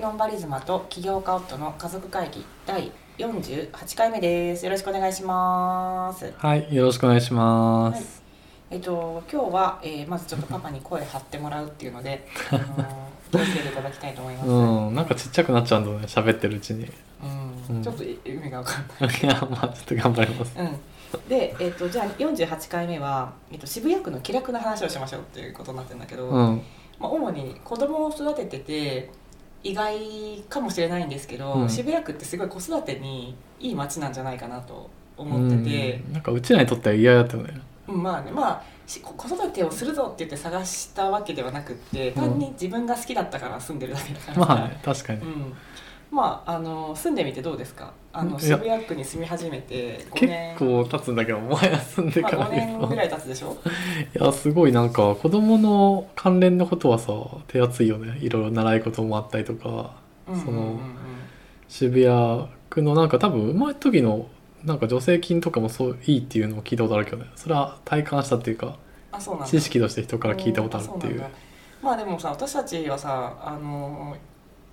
ロンバリズマと起業家夫の家族会議第48回目ですよろしくお願いしますはい、よろしくお願いします。えっと今日は、えーまずちょっとパパに声張ってもらうっていうの であのご教えていただきたいと思います、うん、なんかちっちゃくなっちゃうんだね、喋ってるうちに。い うんうんちょっと意味がわかんないや、まあ、ちょっと頑張ります。うん、で、えっとじゃあ48回目は、えっと渋谷区の気楽な話をしましょうっていうことになってるんだけど、うん、まあ、主に子供を育ててて意外かもしれないんですけど、うん渋谷区ってすごい子育てにいい街なんじゃないかなと思ってて、うんなんかうちらにとっては嫌だったよね。うんまあねまあし子子育てをするぞって言って探したわけではなくって単に自分が好きだったから住んでるだけだからさ、まあね、確かにう。んまああの住んでみてどうですかあのいや渋谷区に住み始めて5結年構経つんだけど、もはや住んでまかあ、ら5結年構ぐらい経つでしょいや、すごいなんか、子供の関連のことはさ、手厚いよね。いろいろ習い事もあったりとか、うんうんそうんうんの渋谷区のなんか多分、生まれた時の、なんか助成金とかもそういいっていうのを聞いたことあるけどね。それは体感したっていうか、あそうなんだ知識として人から聞いたことあるっていんうあそうなんだ。まあでもさ私たちはさあの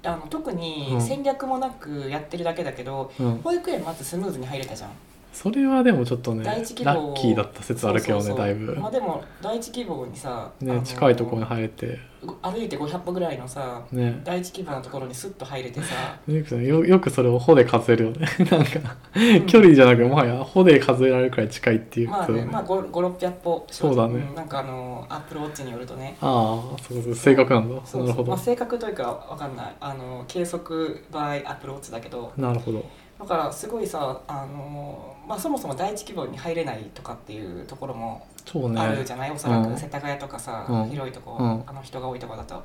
あの特にうん戦略もなくやってるだけだけど、うん、保育園まずスムーズに入れたじゃん、それはでもちょっとねラ第一希望ッキーだった説あるけどねそうそうそうだいぶまあでも第一希望にさ、あねの近いところに入れて歩いて500歩ぐらいのさね第一希望のところにスッと入れてさよくよよくそれを穂で数えるよね なんかうん 距離じゃなくてもはや穂で数えられるくらい近いっていうこまあとねねまあ5600歩そうだねんなんかあのアップルウォッチによるとねああそうそう正確なんだそうなそるうほまあ、ど正確というかわかんないあの計測 by アップルウォッチだけど、なるほどだからすごいさ、あのーまあ、そもそも第一希望に入れないとかっていうところもそうあるねじゃない、おそらうくん世田谷とかさ、うん広いとこ、うんあの人が多いとこだと。で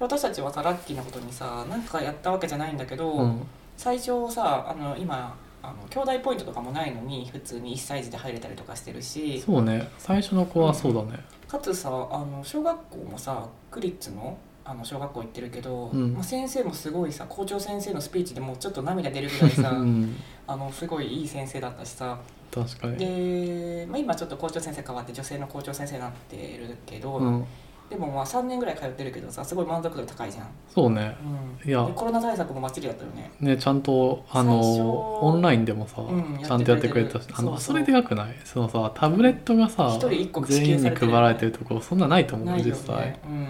私たちはさラッキーなことにさなんかやったわけじゃないんだけど、うん最初さあの今あの兄弟ポイントとかもないのに普通に1歳児で入れたりとかしてるしそうね最初の子はそうだねかつさあの小学校もさクリッツのあの小学校行ってるけど、うんまあ、先生もすごいさ校長先生のスピーチでもうちょっと涙出るぐらいう さんあのすごいいい先生だったしさ、確かにで、まあ、今ちょっと校長先生変わって女性の校長先生になってるけど、うんでもまあ3年ぐらい通ってるけどさすごい満足度高いじゃん、そうねうん、いやでコロナ対策もバッチリだったよねね、ちゃんとあ最初のオンラインでもさ、うんちゃんとやってくれたしやってくれてるあのそうそうそれでかくないそのさタブレットがさ一人一個支全給員さにれてるよね配られてるところそんなないと思う、ない実よね際、うん、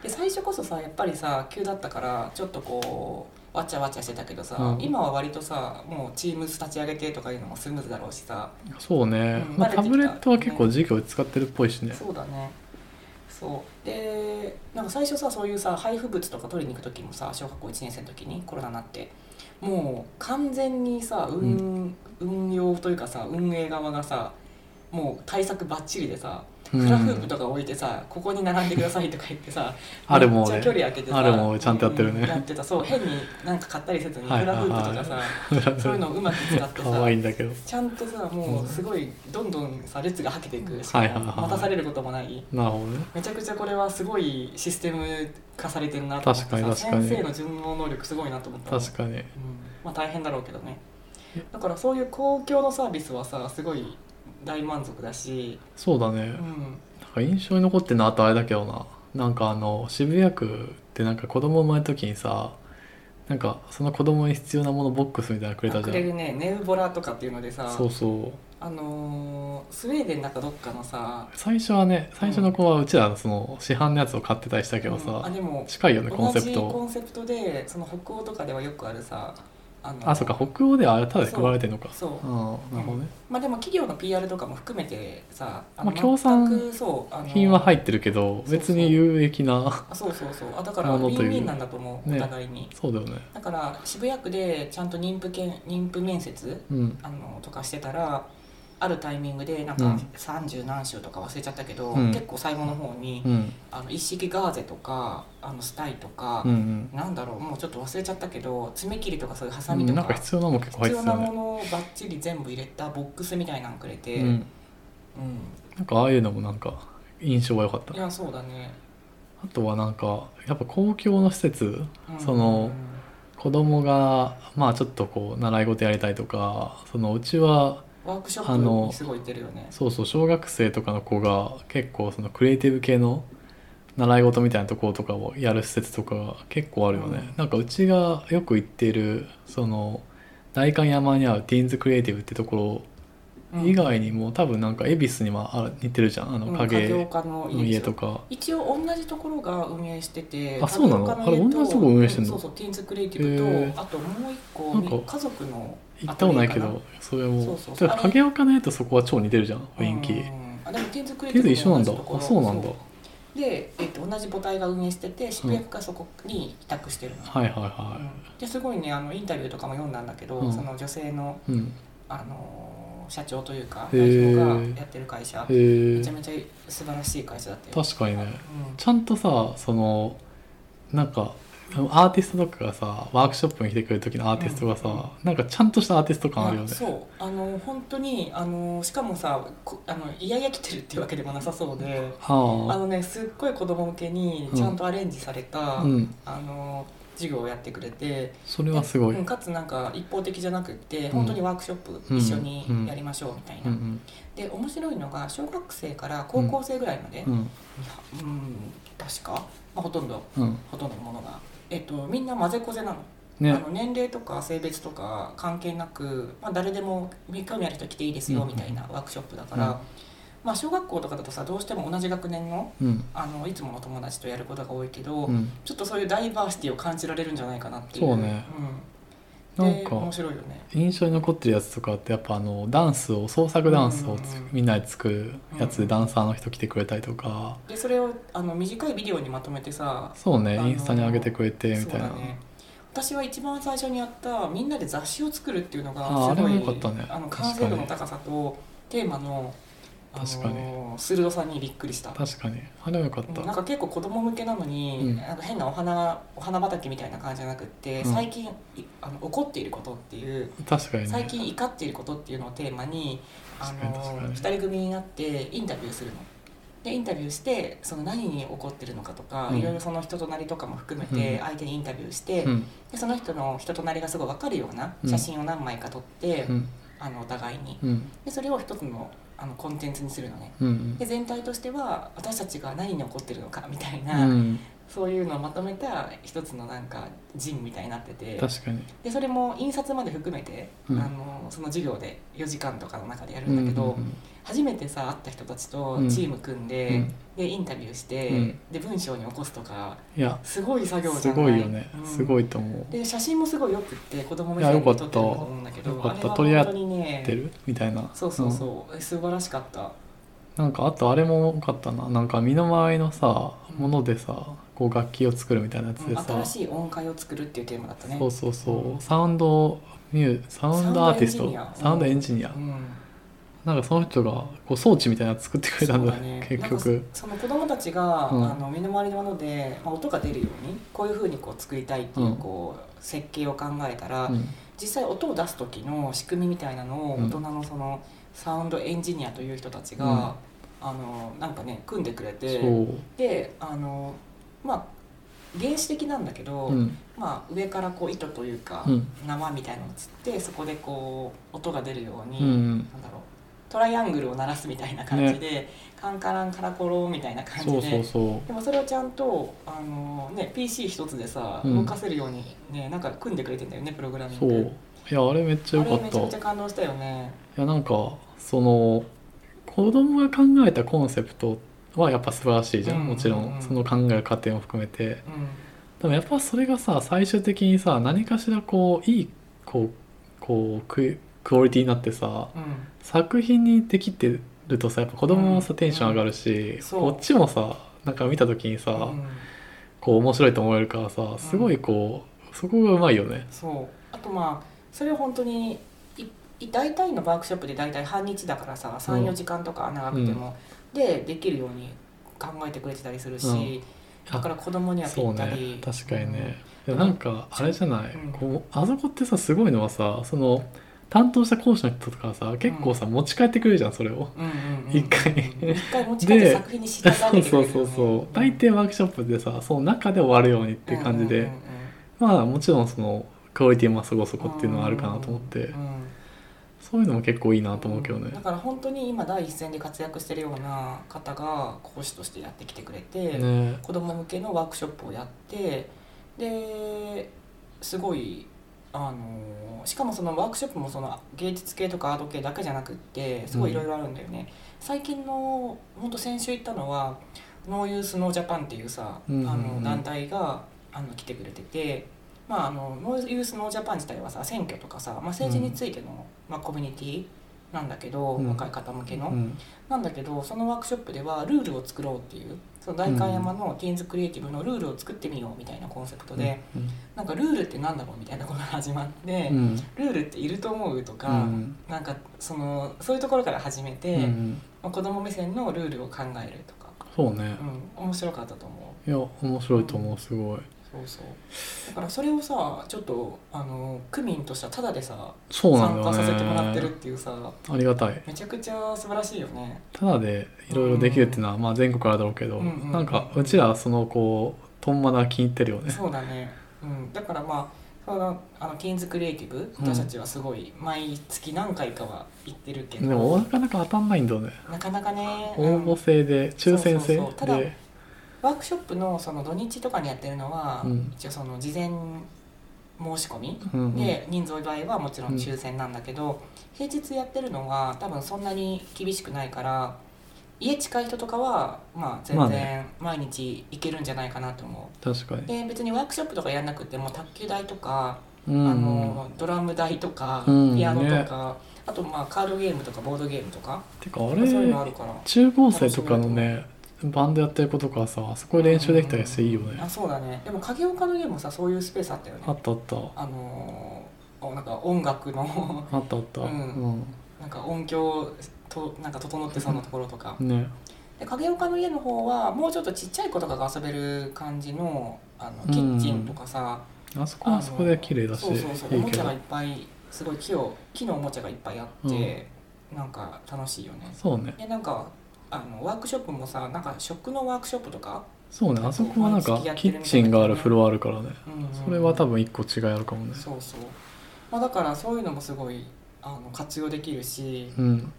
で最初こそさやっぱりさ急だったからちょっとこうわちゃわちゃしてたけどさ、うん今は割とさもうチーム立ち上げてとかいうのもスムーズだろうしさ、そうね、うんま慣れあ、てきたタブレットは結構授業で使ってるっぽいしねそうだねそうでなんか最初さそういうさ配布物とか取りに行く時もさ小学校1年生の時にコロナになってもう完全にさ運,、運用というかさ運営側がさもう対策ばっちりでさうフラフープんとか置いてさ、ここに並んでくださいとか言ってさ あれもめっちゃ距離空けてさあれもちゃんとやってるねうんやってたそう変になんか買ったりせずにフはラいはいはフいープとかさ、 そういうのをうまく使ってさかわいいん だけどちゃんとさもうすごいどんどんさ列がはけていくしかはいはいもはい待たされることもないなるほどねめちゃくちゃこれはすごいシステム化されてるなと思って確かにさ確かに先生の順応能力すごいなと思ったの確かにうんまあ大変だろうけどねだからそういう公共のサービスはさすごい大満足だし、そうだね、うん、なんか印象に残ってるのはあとあれだけどななんかあの渋谷区ってなんか子供生まれた時にさなんかその子供に必要なものボックスみたいなのくれたあじくゃれんるねネウボラとかっていうのでさそうそうあのースウェーデンだかどっかのさ最初はね最初の子はうちらのその市販のやつを買ってたりしたけどうんあさ、でも近いよねコ同ンセプじトコンセプトでその北欧とかではよくあるさあのあそうか北欧ではあれただで配られてるのかそううんなるほどねまあでも企業の PR とかも含めてさあのまあ協賛全くそうあの品は入ってるけどそう別に有益な あそうそうそうあだからウものィンとウいうィンなんだと思う、ねお互いにそうだよねだから渋谷区でちゃんと妊婦検妊婦面接うんあのとかしてたらあるタイミングでなんうかん三十何週とか忘れちゃったけど、うん結構最後の方に、うんあの一式ガーゼとかあのスタイとかう、んなんだろうもうちょっと忘れちゃったけど爪切りとかそういうハうサミんとなんか,、か必要なもん結構入必っ要てたなもよねのをばっちり全部入れたボックスみたいなのくれて、うんうんなんかああいうのもなんか印象が良かったいやそうだね、あとはなんかやっぱ公共の施設うんその子供がまあちょっとこう習い事やりたいとかそのうちはワークショップにすごい行ってるよねそうそう小学生とかの子が結構そのクリエイティブ系の習い事みたいなところとかをやる施設とかが結構あるよね、なんかうちがよく行っているその代官山にあるティーンズクリエイティブってとこうろん以外にも、多分なんか恵比寿にもある似てるじゃんあうのん影家業の家の家ですよとか、一応同じところが運営しててあそうなの家業家あれ同じとこ運営してんのそうそうティーンズクリエイテへィブえとあともう一個なんか家族の行ったことないけアトリエどそれそもうそうそだうから影岡のやつそこは超似てるじゃんかな雰囲気うんあでもティーンズクリエイテ手ィブで一緒なんだも同じところあそうなんだそで、えっと同じ母体が運営してて渋谷区がそこに委託してるの、はいはいはですごいねあのインタビューとかも読んだんだけど、うんその女性の、いうんあのー社長というかへ代表ーがやってる会社、へめちゃえめちゃ素晴らしい会社だったよ、確かにねうんちゃんとさそのなんかアーティストとかがさワークショップに来てくれる時のアーティストがさ、うんなんかちゃんとしたアーティスト感あるよねあそうあの本当にあのしかもさこあのいやいや来てるっていうわけでもなさそうであはのねすっごい子供向けにちゃんとアレンジされた、あうんあの授業をやってくれてそれはすごい、うんかつなんか一方的じゃなくって本当にワークショップ一緒にやりましょうみたいな、うんで面白いのが小学生から高校生ぐらいまで、ういんやうん確か、まあ、ほとんどうんうんほとんどのものが、えっと、みんな混ぜこぜなの。あねの年齢とか性別とか関係なく、まあ、誰でも興味ある人来ていいですようんみたいなワークショップだから、うんまあ、小学校とかだとさどうしても同じ学年のうんあのいつもの友達とやることが多いけど、うんちょっとそういうダイバーシティを感じられるんじゃないかなっていうそうね、うん、なんで面か白いよね印象に残ってるやつとかってやっぱあのダンスを創作ダンスをつうんみんなで作るやつうでんダンサーの人来てくれたりとかでそれをあの短いビデオにまとめてさそうねあのーインスタに上げてくれてみそうたいなだね私は一番最初にやったみんなで雑誌を作るっていうのがあーすごいあれも良かったねあの確か完に成度の高さとテーマの、あのー確か鋭さにびっくりした確かにあれはよかっうんたなんか結構子供向けなのに、うんなんか変なお花お花畑みたいな感じじゃなくって、うん最近いあの怒っていることっていう確かにね最近怒っていることっていうのをテーマにあ確かに確のか2に人組になってインタビューするの。でインタビューしてその何に怒ってるのかとか、うんいろいろその人となりとかも含めてうん相手にインタビューして、うんでその人の人となりがすごい分かるようなうん写真を何枚か撮って、うんあのお互いにうんでそれを一つのあのコンテンツにするのねうんで全体としては私たちが何に怒ってるのかみたいうな、んそういうのをまとめた一つのなんか陣みたいになってて確かにでそれも印刷まで含めて、うんあのその授業で4時間とかの中でやるんだけど、初めてさ会った人たちとうんチーム組んで、うんでインタビューして、うんで文章に起こすとかいやすごい作業じゃないすごいよねうんすごいと思うで写真もすごいよくって子供目いや線よでか撮っってたると思うんだけどよかったあとれりあはえず本当にやねってるみたいなそうそうそう、素晴らしかったうんなんかあとあれも多かったななんか身の回りのさうんものでさこう楽器を作るみたいなやつで新さしい音階を作るっていうテーマだったねそうそうそうサウンドミューサウンドアーティストササウウンンドドエエンンジニアうんなんかその人がこう装置みたいなの作ってくれたんだそうねね 結なん局かその子供たちが、うんあの身の回りのもので、まあ、音が出るようにこういうふうにこう作りたいっていう,、うんこう設計を考えたら、うん実際音を出す時の仕組みみたいなのをうん大人のそのサウンドエンジニアという人たちが、うんあのなんかね組んでくれてそうであのまあ原始的なんだけど、うんまあ、上からこう糸というか、うん縄みたいなのをつってそこでこう音が出るように、うんなんだろうトライアングルを鳴らすみたいな感じで、カンカランカラコロみたいな感じでそうそうそでもそれをちゃんとあの、ね、PC 一つでさ、うん動かせるように、ね、なんか組んでくれてんだよねプログラミうンそうグいやあれめっちゃあ良かれめっちゃためちゃ感動したよねいやなんかその子供が考えたコンセプトはやっぱ素晴らしいじゃん、うんうんうんもちろんその考える過程も含めてうんでもやっぱそれがさ最終的にさ何かしらこういいこうこうクイクオリティになってさう作品にできてるとさやっぱ子供もさ、テンション上がるし、そうこっちもさなんか見た時にさ、ん、うん、こう面白いと思えるからさすごいこう、そこがうまいよね。そうあとまあそれは本当にいい大体のワークショップで大体半日だからさうん34時間とか長くても、でできるように考えてくれてたりするし、うんだから子供にはぴそうったり、ね確かにね、うんでもなんかあれじゃない、うんこうあそこってさすごいのはさその担当した講師の人とかさ結構さ、持ち帰ってくれるじゃんそれを。うんうんうん一回一回持ち帰ってで作品に仕立てそう上げてくそれうる そうそう、よね大抵ワークショップでさその中で終わるようにっていう感じで、うんうんまあもちろんそのクオリティもそこそこっていうのはあるかなと思って、うんうんうんうんそういうのも結構いいなと思うけどねだから本当に今第一線で活躍してるような方が講師としてやってきてくれて、ね子ども向けのワークショップをやってですごいあのしかもそのワークショップもその芸術系とかアート系だけじゃなくってすごいいろいろあるんだよね、最近の本当先週行ったのはノーユースノージャパンっていうさ、うんうんうんあの団体があの来てくれてて。まあ、あのノーユースノージャパン自体はさ選挙とかさ、まあ、政治についての、まあ、コミュニティなんだけど、うん若い方向けの、うんなんだけどそのワークショップではルールを作ろうっていうその代官山のティーンズクリエイティブのルールを作ってみようみたいなコンセプトで、なんかルールってなんだろうみたいなことが始まって、うんルールっていると思うとか、うんなんかそのそういうところから始めて、うんまあ、子供目線のルールを考えるとか、そうねうん、面白かったと思う。いや面白いと思うすごいそうそうだからそれをさちょっとあの区民としてはただでさそうな参んだ加よさせてもらってるっねていうさありがたいめちゃくちゃ素晴らしいよね。ただでいろいろできるっていうのは、まあ、全国あるだろうけど、うんうんうんなんかうちらはそのこうとんまな気に入ってるよねそうだね、うん、だからまあそのあのティーンズクリエイティブうん私たちはすごい毎月何回かは行ってるけでど、もなかなか当たんないんだよねなかなかね、う応ん募制で抽選制そうそうそうただでワークショップのその土日とかにやってるのは、うん一応その事前申し込みうんうんで人数多い場合はもちろんうん抽選なんだけど、平日やってるのは多分そんなに厳しくないから家近い人とかはまあ全まあ然ね毎日行けるんじゃないかなと思確かう。にで別にワークショップとかやんなくても卓球台とかうんあのドラム台とか、うんピアノとねか、あとまあカードゲームとかボードゲームとかてかあそういうのあれるから中高生とかのねバンドやってる子とかはさあそこで練習できたりしていいよあねそうだねでも影岡のゲームもさそういうスペースあったよねあったあったあのーおなんか音楽の あったあったううんんなんか音響となんか整ってそうなところとかねで影岡の家の方はもうちょっとちっちゃい子とかが遊べる感じのあのうんキッチンとかさ、あそあこのはあそこで綺麗だしそういいそうそうおもけちゃどがいっぱいすごい木を木のおもちゃがいっぱいあって、なんか楽しいよねそうねでなんかあのワークショップもさなんか食のワークショップとか、そうねあそこはなん毎か月やってキるみたいなッチンがあるフロアあるからねうんうんそれは多分一個違いあるかもねそうそう、まあ、だからそういうのもすごいあの活用できるしうん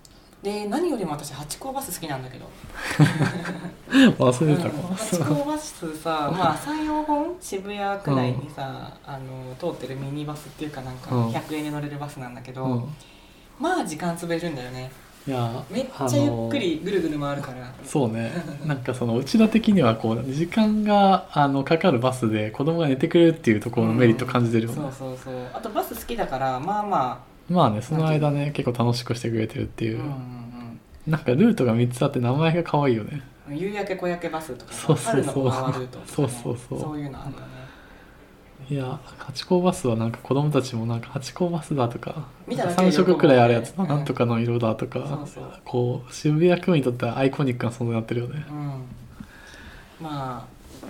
で何よりも私八甲バス好きなんだけど忘れてたかうん八な甲バスさまあ34本渋谷区内にさ、あの通ってるミニバスっていうかなんかうん100円で乗れるバスなんだけど、うんまあ時間潰れるんだよねいやめっあちゃゆっのくりぐるぐる回るから、そうねなんかそのうちら的にはこう時間があのかかるバスで子供が寝てくれるっていうところのメリット感じてるよね、そうそうそうあとバス好きだからまあままあねその間ね結構楽しくしてくれてるってあ、いうう、んうんなんかルートが3つあって名前が可愛いよねうん、夕焼け小焼けバスとかさそうそうそう春のパワールートとか、ね、そうそうそうそういうのあるよねいや八甲バスはなんか子供たちもなんか八甲バスだとか見ただけで3色くらいあるやつ喜ぶよねなんとかの色だとか、そうそうこう渋谷区民にとってはアイコニックな存在になってるよねう、んまあ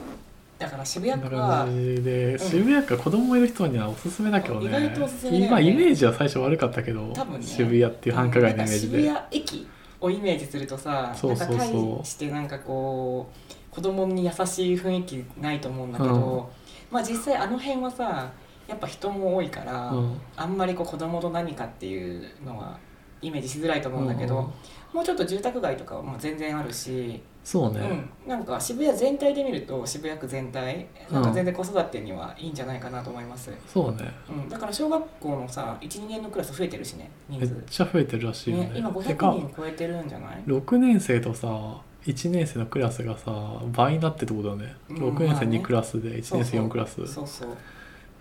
だから渋谷こん区な感はじで、ん渋谷区は子供いる人にはおすすめだけどね意外とおすすめだよねまあイメージは最初悪かったけど、多分ね渋谷っていう繁華街のイメージでなんか渋谷駅をイメージするとさそうそうそうなんか対してなんかこう子供に優しい雰囲気ないと思うんだけど、まあ実際あの辺はさやっぱ人も多いから、うんあんまりこう子供と何かっていうのはイメージしづらいと思うんだけど、うんもうちょっと住宅街とかはもう全然あるし、そうね、うん、なんか渋谷全体で見ると渋谷区全体うんなんか全然子育てにはいいんじゃないかなと思います、そうねうん、だから小学校のさ12年のクラス増えてるしね人めっ数。ちゃ増えてるらしいよねね、今て500か人超えてるんじゃない6年生とさ1年生のクラスがさ倍になってってことだよね、うん6年まあ生ね2クラスで1年生4クラスそうそう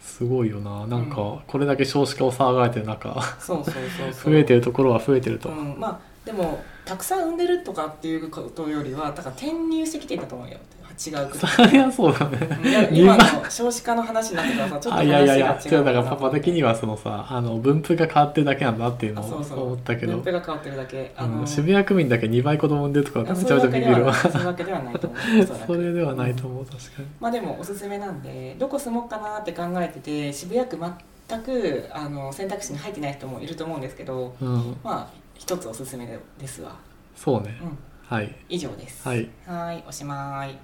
すごいよななんうんかこれだけ少子化を騒がれてる中そうそう そうそう増えてるところは増えてると、うんまあでもたくさん産んでるとかっていうことよりはだから転入してきてたと思うよ違う国そりゃそうだねいや二今万の少子化の話になってからさちょっとあ話いが違うやいやいや違うだかからなパパ的にはそのさあの分布が変わってるだけなんだっていうのあそうそうを思ったけど分布が変わってるだけあの、うん、渋谷区民だけ2倍子供産んでるとかめあちゃめちゃビビるわそういうわけではないそういうわけではないと思う それではないとう思う確かにまあでもおすすめなんでどこ住もうかなって考えてて渋谷区全くあの選択肢に入ってない人もいると思うんですけどうんまあ一つおすすめですわそうねうんはい以上ですはいはーいおしまい